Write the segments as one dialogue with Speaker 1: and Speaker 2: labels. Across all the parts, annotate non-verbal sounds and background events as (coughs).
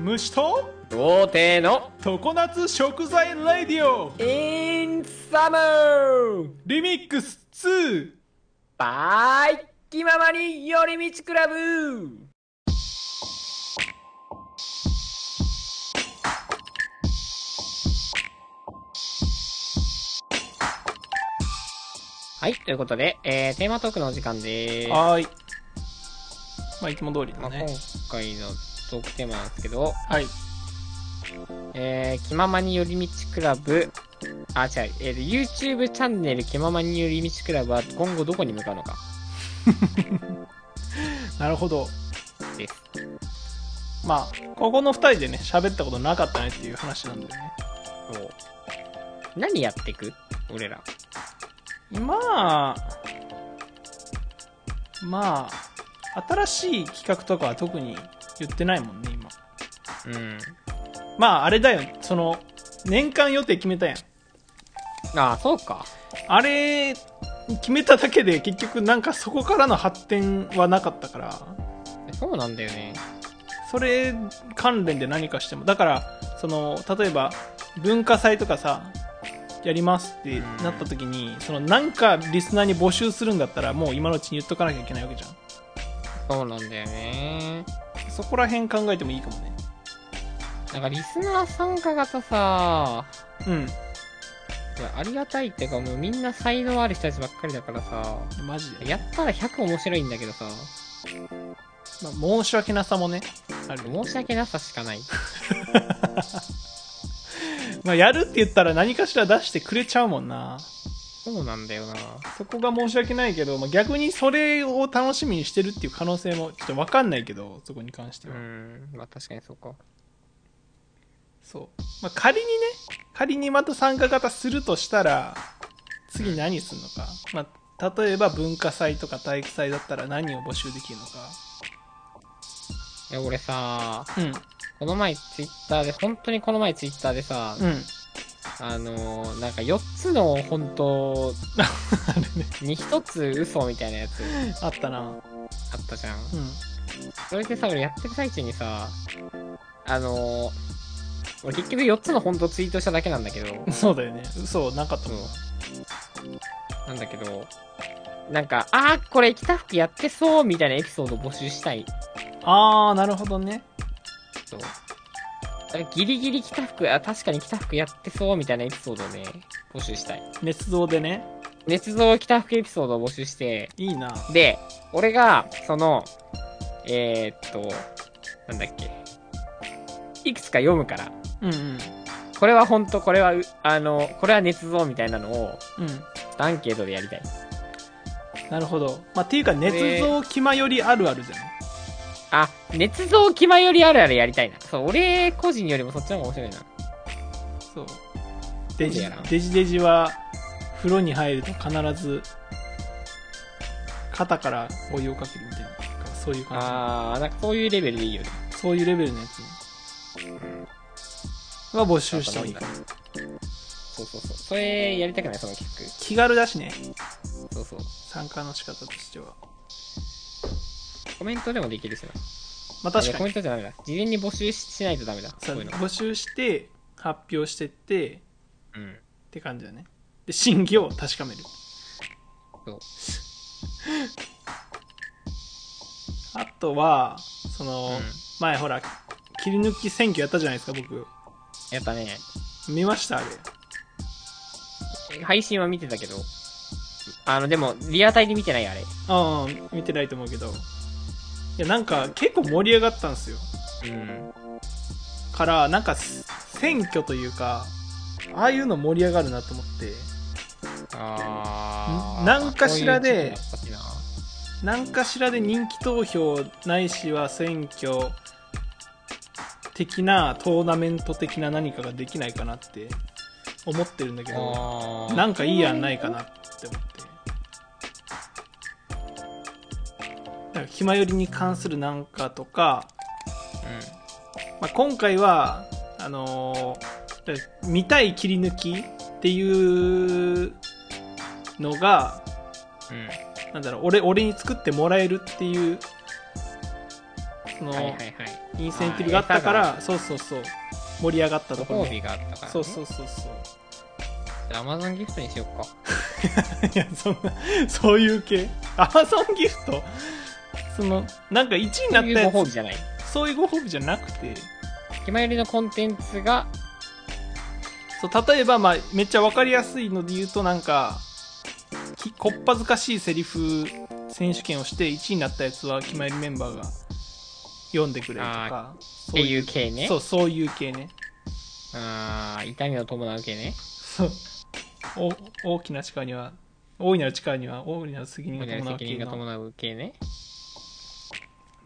Speaker 1: 虫と
Speaker 2: 豪邸の
Speaker 1: 常夏食材レディオ
Speaker 2: In Summer
Speaker 1: リミックス2
Speaker 2: バイ気ままに寄り道クラブはい、ということで、えー、テーマトークのお時間です。
Speaker 1: はーいまあいつも通りだ
Speaker 2: まあ、今
Speaker 1: ね
Speaker 2: 回のトークテーマなんですけど、
Speaker 1: はい
Speaker 2: えー、気ままに寄り道クラブ、あ、違う、えー、YouTube チャンネル気ままに寄り道クラブは今後どこに向かうのか
Speaker 1: なるほど
Speaker 2: です。
Speaker 1: まあここの2人でね喋ったことなかったねっていう話なんだよね
Speaker 2: そう。何やってく俺ら。
Speaker 1: まあまあ新しい企画とかは特に言ってないもんね今
Speaker 2: うん。
Speaker 1: まああれだよその年間予定決めたやん
Speaker 2: ああ、そうか。
Speaker 1: あれ決めただけで結局なんかそこからの発展はなかったから
Speaker 2: そうなんだよね。
Speaker 1: それ関連で何かしてもだからその例えば文化祭とかさやりますってなった時にそのなんかリスナーに募集するんだったらもう今のうちに言っとかなきゃいけないわけじゃん
Speaker 2: そうなんだよね。
Speaker 1: そこら辺考えてもいいかもね
Speaker 2: なんかリスナー参加型さ、
Speaker 1: う
Speaker 2: いやありがたいっていうかもうみんな才能ある人たちばっかりだからさ、
Speaker 1: んマジで、
Speaker 2: やったら100面白いんだけどさ、
Speaker 1: まあ申し訳なさもねある、
Speaker 2: 申し訳なさしかない。
Speaker 1: まあ、やるって言ったら何かしら出してくれちゃうもんな
Speaker 2: そうなんだよな。
Speaker 1: そこが申し訳ないけど、まあ、逆にそれを楽しみにしてるっていう可能性もちょっと分かんないけどそこに関して
Speaker 2: う
Speaker 1: は、
Speaker 2: ん、まあ確かにそうか。
Speaker 1: そう、まあ、仮にね仮にまた参加型するとしたら次何するのか、まあ、例えば文化祭とか体育祭だったら何を募集できるのか
Speaker 2: いや、俺さ、
Speaker 1: う
Speaker 2: この前ツイッターで、本当にこの前ツイッターでさ、
Speaker 1: んうん
Speaker 2: あのー、なんか4つの本当
Speaker 1: (laughs) あれね
Speaker 2: に1つ嘘みたいなやつ
Speaker 1: あったな
Speaker 2: あったじゃん。
Speaker 1: う
Speaker 2: それでさ、俺やってる最中にさ、あのー、俺結局4つの本当ツイートしただけなんだけど、
Speaker 1: んそうだよね嘘なかったもんな
Speaker 2: なんだけど、なんか、あー、これ着た服やってそうみたいなエピソード募集したい。
Speaker 1: ああなるほどね
Speaker 2: そう。あれギリギリ着た服、あ、確かに着た服やってそうみたいなエピソードをね、募集したい。
Speaker 1: 捏造でね
Speaker 2: 捏造着た服エピソードを募集して、
Speaker 1: いいな
Speaker 2: で、俺が、その、えー、っと、なんだっけ。いくつか読むから、
Speaker 1: うんうん
Speaker 2: これは本当これはう、あの、これは捏造みたいなのを、
Speaker 1: うん
Speaker 2: アンケートでやりたい。
Speaker 1: なるほど、まあ、っていうか捏造気まよりあるあるじゃん
Speaker 2: あ、捏造気前よりあるあるやりたいな。そう、俺個人よりもそっちの方が面白いな。
Speaker 1: そうデジ
Speaker 2: なんでやらん
Speaker 1: デジデジは風呂に入ると必ず肩からお湯をかけるみたいなそういう感
Speaker 2: あー、なんかそういうレベルでいいよね。
Speaker 1: じそういうレベルのやつねは募集してもいいかな
Speaker 2: そうそうそう。それやりたくない、その企
Speaker 1: 気軽だしね
Speaker 2: 画。そうそう。
Speaker 1: 参加の仕方としては
Speaker 2: コメントでもできるしな。
Speaker 1: まあ確
Speaker 2: いやコ
Speaker 1: か
Speaker 2: メ
Speaker 1: に
Speaker 2: ントじゃダメだ。事前に募集しないとダメだ。そ
Speaker 1: さ
Speaker 2: ういうの。
Speaker 1: 募集して発表してって
Speaker 2: うん。
Speaker 1: って感じだねで真偽を確かめる
Speaker 2: そう。
Speaker 1: (laughs) あとはその、
Speaker 2: うん
Speaker 1: 前ほら切り抜き選挙やったじゃないですか僕
Speaker 2: やっぱね、
Speaker 1: 見ましたあれ
Speaker 2: 配信は見てたけど、あの、でも、リアタイで見てない、あれ。
Speaker 1: ああ見てないと思うけどいやなんか結構盛り上がったんですよ
Speaker 2: うん。
Speaker 1: からなんかす選挙というかああいうの盛り上がるなと思って
Speaker 2: あー。
Speaker 1: なんかしらで
Speaker 2: こういう時期やっぱし
Speaker 1: 何かしらで人気投票ないしは選挙的なトーナメント的な何かができないかなって思ってるんだけ
Speaker 2: な
Speaker 1: ど
Speaker 2: あー
Speaker 1: なんかいい案ないかなって思ってなんか気まよりに関するなんかとかまあ、今回はあのーだ見たい切り抜きっていうのが
Speaker 2: うん。うん。
Speaker 1: なんだろう俺俺に作ってもらえるっていうその、
Speaker 2: はいはいはい。
Speaker 1: インセンティブがあったか
Speaker 2: あー
Speaker 1: らそうそうそう盛り上がった
Speaker 2: ご
Speaker 1: ところ
Speaker 2: 褒
Speaker 1: ね
Speaker 2: 美があったから、ね。
Speaker 1: そうそうそうそう
Speaker 2: じゃあアマゾンギフトにしよっか。
Speaker 1: いやそんなそういう系アマゾンギフトそのなんか1位にな
Speaker 2: そう
Speaker 1: っ
Speaker 2: い
Speaker 1: た
Speaker 2: う
Speaker 1: や
Speaker 2: ご褒
Speaker 1: つ
Speaker 2: 美じゃない。
Speaker 1: そういうご褒美じゃなくて
Speaker 2: 気まよりのコンテンツが、
Speaker 1: そう例えば、まあ、めっちゃ分かりやすいので言うとなんかきこっぱずかしいセリフ選手権をして1位になったやつは決まりメンバーが読んでくれるとか
Speaker 2: っ
Speaker 1: そう
Speaker 2: てい
Speaker 1: いう
Speaker 2: う系ね。
Speaker 1: そうそういう系ね
Speaker 2: あー痛みを伴う系ね。
Speaker 1: そうお大きな力には大いなる力には大いなる責任が
Speaker 2: やる
Speaker 1: 伴う
Speaker 2: 責
Speaker 1: 系
Speaker 2: 任が
Speaker 1: の
Speaker 2: 伴う系ね。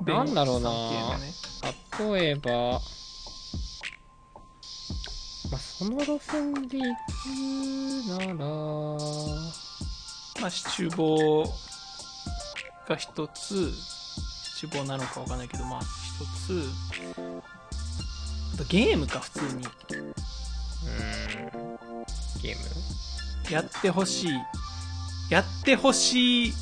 Speaker 1: 弁護士
Speaker 2: なんだろうな
Speaker 1: さん系だね
Speaker 2: 例えば、まあ、その路線で行くなら、
Speaker 1: まあ、七五が一つ、七五なのかわかんないけど、まあ、一つ、あとゲームか、普通に。
Speaker 2: うーん、ゲーム
Speaker 1: やってほしい。やってほしい、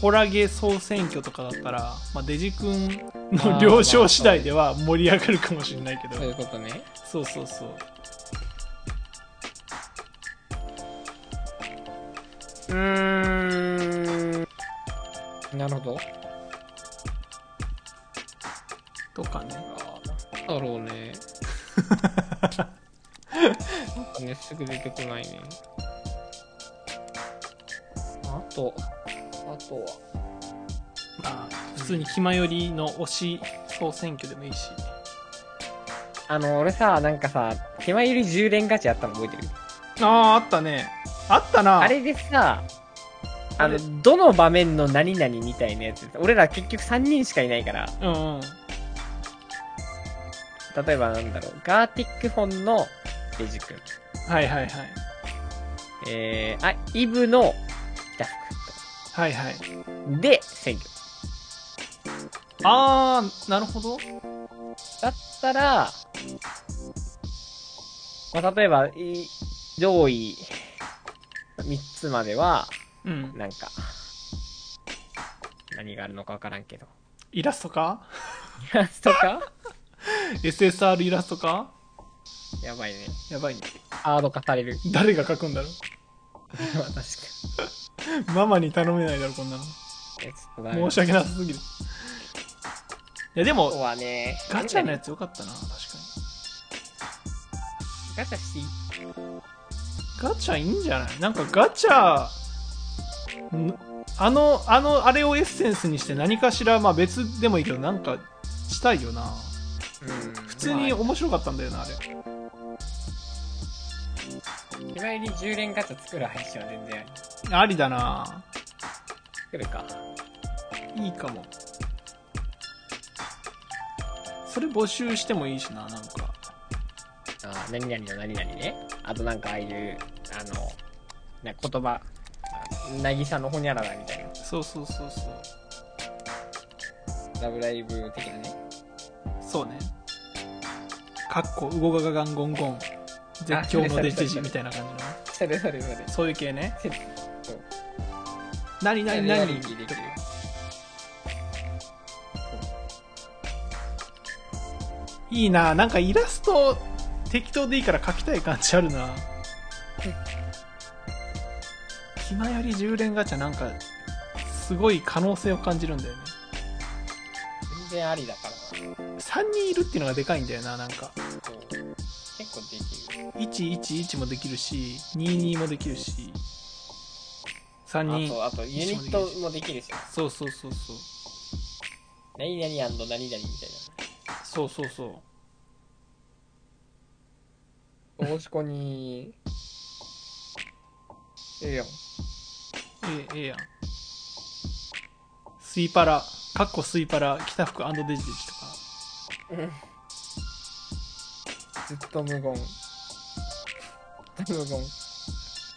Speaker 1: ホラゲ総選挙とかだったら、まあ、デジ君の了承次第では盛り上がるかもしれないけ
Speaker 2: そうい
Speaker 1: ど、
Speaker 2: うことね。
Speaker 1: そうそうそう。
Speaker 2: うーん、なるほど。
Speaker 1: とかね。
Speaker 2: なんだろう (laughs) ね。なんかね、すぐ出てこないね。あと、あとは。
Speaker 1: まあ、普通に暇よりの推し総選挙でもいいし。
Speaker 2: あの、俺さ、なんかさ、手前より10連ガチャやったの覚えてる
Speaker 1: ああ、あったね。あったな。
Speaker 2: あれでさ、あ
Speaker 1: あれ
Speaker 2: の、どの場面の何々みたいなやつ、俺ら結局3人しかいないから、
Speaker 1: うんうん。
Speaker 2: 例えばなんだろう、ガーティックフォンのデジ君、
Speaker 1: はいはいはい。
Speaker 2: えー、あ、イブの北
Speaker 1: はいはい。
Speaker 2: 福君で選挙。
Speaker 1: あー、なるほど。
Speaker 2: だったら、まあ、例えば、い上位3つまでは、
Speaker 1: うん。
Speaker 2: なんか、何があるのかわからんけど。
Speaker 1: イラストか
Speaker 2: イラストか
Speaker 1: ?SSR イラストか
Speaker 2: やばいね。
Speaker 1: やばいね。
Speaker 2: ハード化される。 (laughs)
Speaker 1: 誰が書くんだろ
Speaker 2: 確か
Speaker 1: うママに頼めないだろ、こんなの。
Speaker 2: に。えちょっとダメだ
Speaker 1: 申し訳なさすぎる。いや、で
Speaker 2: あと
Speaker 1: も、
Speaker 2: はね、
Speaker 1: ガチャのや
Speaker 2: つ。
Speaker 1: つよかったな、確か
Speaker 2: ガチャしていい
Speaker 1: に。ガチャいいんじゃないなんかガチャ、んあの、あの、あれをエッセンスにして何かしら、まあ別でもいいけど、なんかしたいよな。
Speaker 2: 普
Speaker 1: 普通に面白かったんだよな、あれ。
Speaker 2: いわゆる10連ガチャ作る配信は全然あり。
Speaker 1: ありだな。
Speaker 2: 作るか。
Speaker 1: いいかも。それ募集してもいいしな、なんか。
Speaker 2: あー何々の何々ね。あとなんかああいう、あの、な言葉、なぎさのほにゃららみたいな。
Speaker 1: そうそうそうそう。
Speaker 2: ラブライブ的なね。
Speaker 1: そうね。かっこ、うごがががんごんごん。絶叫のデジデジみたいな感じのね。
Speaker 2: それそれそれ。
Speaker 1: そういう系ね
Speaker 2: そう。
Speaker 1: なになになに
Speaker 2: できる。
Speaker 1: いいな、なんかイラスト適当でいいから描きたい感じあるな。暇より10連ガチャなんか、すごい可能性を感じるんだよね。
Speaker 2: 全然ありだからな。
Speaker 1: 3人いるっていうのがでかいんだよな、なんか。
Speaker 2: そう結構できる。
Speaker 1: 111もできるし22もできるし3
Speaker 2: あ
Speaker 1: 人
Speaker 2: と、あと、ユニットもできるし。
Speaker 1: そうそうそうそう
Speaker 2: 何々何々みたい
Speaker 1: そうそうそ
Speaker 2: な。大しこに、ええやん。
Speaker 1: うええええやんスイパラかっこスイパラ北福デジデジとか
Speaker 2: ずっと無言。無言。みたいな。ス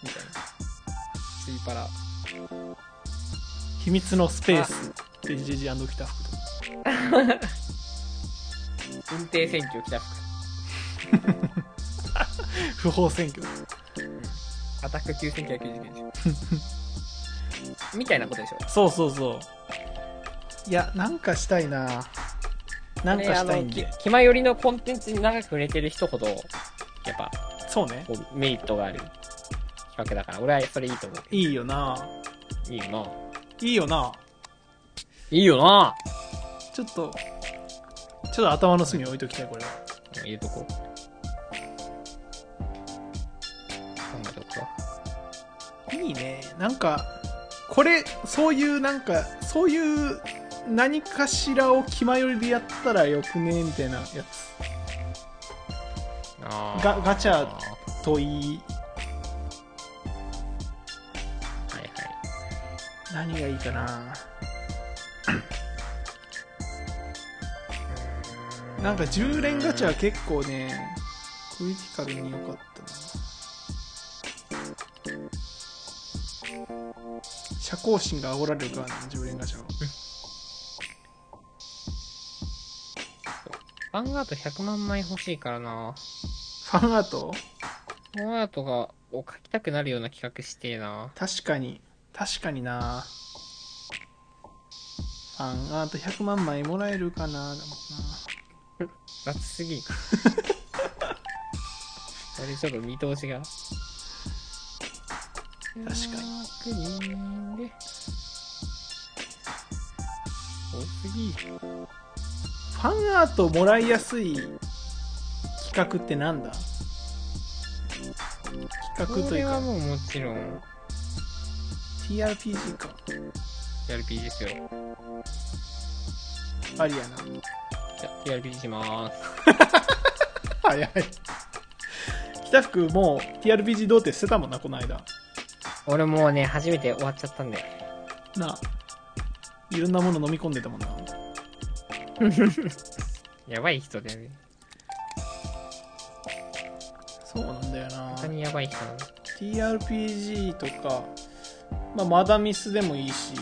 Speaker 2: イパラ。
Speaker 1: 秘密のスペースデジデジ北福とか
Speaker 2: 運転選挙来た服。
Speaker 1: 不法占拠
Speaker 2: アタック9990円でしょ。みたいなことでしょ。
Speaker 1: そうそうそういやなんかしたいななんかしたいん
Speaker 2: ね
Speaker 1: で
Speaker 2: あのき気まよりのコンテンツに長く触れてる人ほど、やっぱ、
Speaker 1: そうね
Speaker 2: こうメリットがある企画だから、俺はそれいいと思うけ
Speaker 1: いいよな
Speaker 2: ど。いいよな。
Speaker 1: いいよない
Speaker 2: いよな
Speaker 1: ちょっとちょっと頭の隅に置いときたいこれは
Speaker 2: 入れとこう。考えとこ
Speaker 1: いいねなんかこれそういうなんかそういう何かしらを気まよりでやったらよくねみたいなやつ
Speaker 2: う。あー
Speaker 1: ガガチャ
Speaker 2: はいは
Speaker 1: 問い
Speaker 2: い。
Speaker 1: 何がいいかな (coughs) なんか10連ガチャは結構ねクリティカルに良かったな社交心が煽られるからな10連ガチャは
Speaker 2: ファンアート100万枚欲しいからな。
Speaker 1: ファンアート
Speaker 2: ファンアートが、を描きたくなるような企画してえな。
Speaker 1: 確かに確かになファンアート100万枚もらえるかなだもん
Speaker 2: 雑す (laughs) ぎん。それちょっと見通しが。
Speaker 1: な確かに
Speaker 2: 100人で。多すぎ。
Speaker 1: ファンアートもらいやすい企画ってなんだ企画
Speaker 2: こと
Speaker 1: い
Speaker 2: れ
Speaker 1: う
Speaker 2: は
Speaker 1: か
Speaker 2: もうもちろん
Speaker 1: TRPG か
Speaker 2: TRPG ですよ。じ
Speaker 1: ありやな (laughs)
Speaker 2: ゃあ TRPG しまーす。
Speaker 1: はいはい北福もう TRPG 童貞捨てたもんなこの間
Speaker 2: 俺もうね、初めて終わっちゃったんだよ。
Speaker 1: なあいろんなもの飲み込んでたもんな
Speaker 2: やばい人だよね。
Speaker 1: そうなんだよな
Speaker 2: 本当にやばい人なんだ。
Speaker 1: TRPG とか、まあ、マダミスでもいいし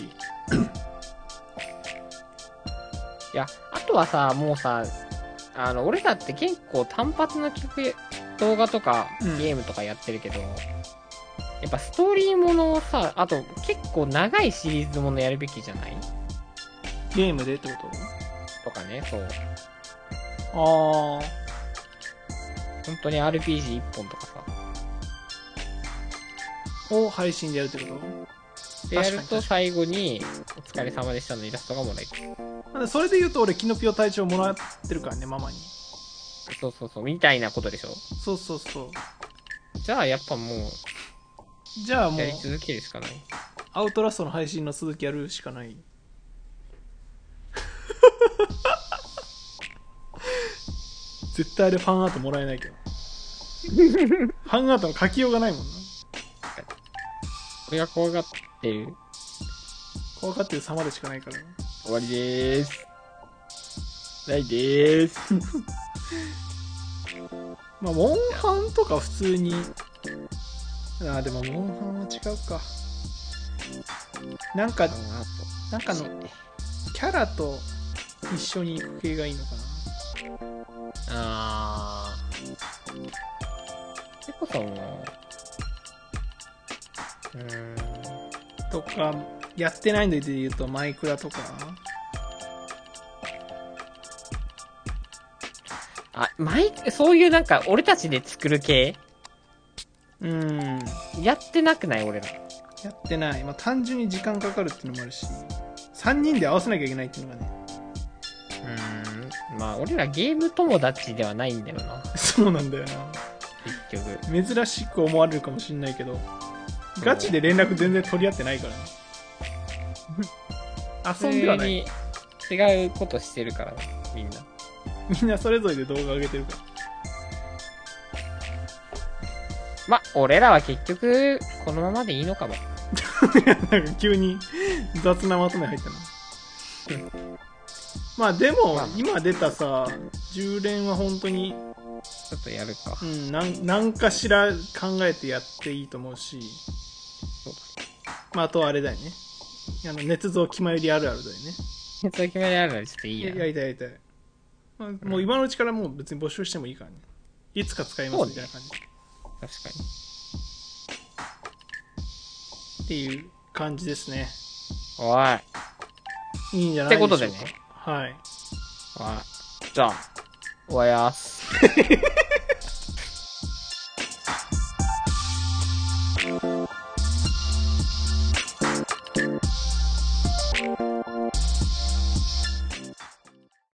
Speaker 2: いや、あとはさ、もうさ、あの、俺だって結構単発の企画、動画とか
Speaker 1: うん
Speaker 2: ゲームとかやってるけど、やっぱストーリーものをさ、あと結構長いシリーズものやるべきじゃない
Speaker 1: ゲームでってこと
Speaker 2: とかね、そう。
Speaker 1: あ
Speaker 2: 本当に RPG1 本とか
Speaker 1: あを配信でやるってこ
Speaker 2: さ。で、やる
Speaker 1: 確か
Speaker 2: と
Speaker 1: に
Speaker 2: 最後に、お疲れ様でしたのイラストがもらえる。
Speaker 1: とあそれで言うと俺キノピオ隊長もらってるからねママに
Speaker 2: そうそうそう、みたいなことでしょ。
Speaker 1: そうそうそう
Speaker 2: じゃあやっぱも
Speaker 1: じゃあ
Speaker 2: う、
Speaker 1: もう
Speaker 2: やり続けるしかない。
Speaker 1: アウトラストの配信の続きやるしか
Speaker 2: (laughs)
Speaker 1: ない絶対あれファンアートもらえないけどファンアートの書きようがないもんな
Speaker 2: 俺が怖がってる。
Speaker 1: 怖がってる様でしかないからな
Speaker 2: 終わりでーす。ないでーす。
Speaker 1: まあ、モンハンとか普通に。ああ、でもモンハンは違うか。なんか、なんかの、キャラと一緒に行く系がいいのか
Speaker 2: あー。てこさんは、うーん、
Speaker 1: な。とか、やってないので言うと、マイクラとか。
Speaker 2: あ、マイク、そういうなんか、俺たちで作る系
Speaker 1: うん。や
Speaker 2: やってなくない俺ら。
Speaker 1: ってない。まあ、単純に時間かかるっていうのもあるし、3人で合わせなきゃいけないっていうのがね。 (laughs)
Speaker 2: うん。まあ、俺らゲーム友達ではないんだよな、
Speaker 1: そうなんだよな。
Speaker 2: 結局。
Speaker 1: 珍しく思われるかもしんないけどガチで連絡全然取り合ってないからね (laughs) 遊んではない
Speaker 2: 普通に違うことしてるから、みんな。
Speaker 1: みんなそれぞれで動画上げてるから
Speaker 2: まあ、俺らは結局、このままでいいのかも。
Speaker 1: (laughs) なんか急に雑なまとめ入ったなまあでも
Speaker 2: まあ
Speaker 1: 今出たさ10連は本当に
Speaker 2: ちょっとやるか。 (laughs)
Speaker 1: うんなんなんかしら考えてやっていいと思うし
Speaker 2: そう
Speaker 1: まああとはあれだよねあの捏造気まよりあるあるだよね
Speaker 2: そう決められるらちょっといい
Speaker 1: や
Speaker 2: や。
Speaker 1: やりたいやりたい、まあ、もう今のうちからもう別に募集してもいいからねいつか使いますみたいな感じ、
Speaker 2: 確かに。
Speaker 1: っていう感じですね
Speaker 2: おい。
Speaker 1: いいんじゃ
Speaker 2: っ
Speaker 1: な
Speaker 2: て
Speaker 1: いでしょ
Speaker 2: こ
Speaker 1: うか
Speaker 2: とでね。
Speaker 1: はい
Speaker 2: おい。じゃあ、終わります。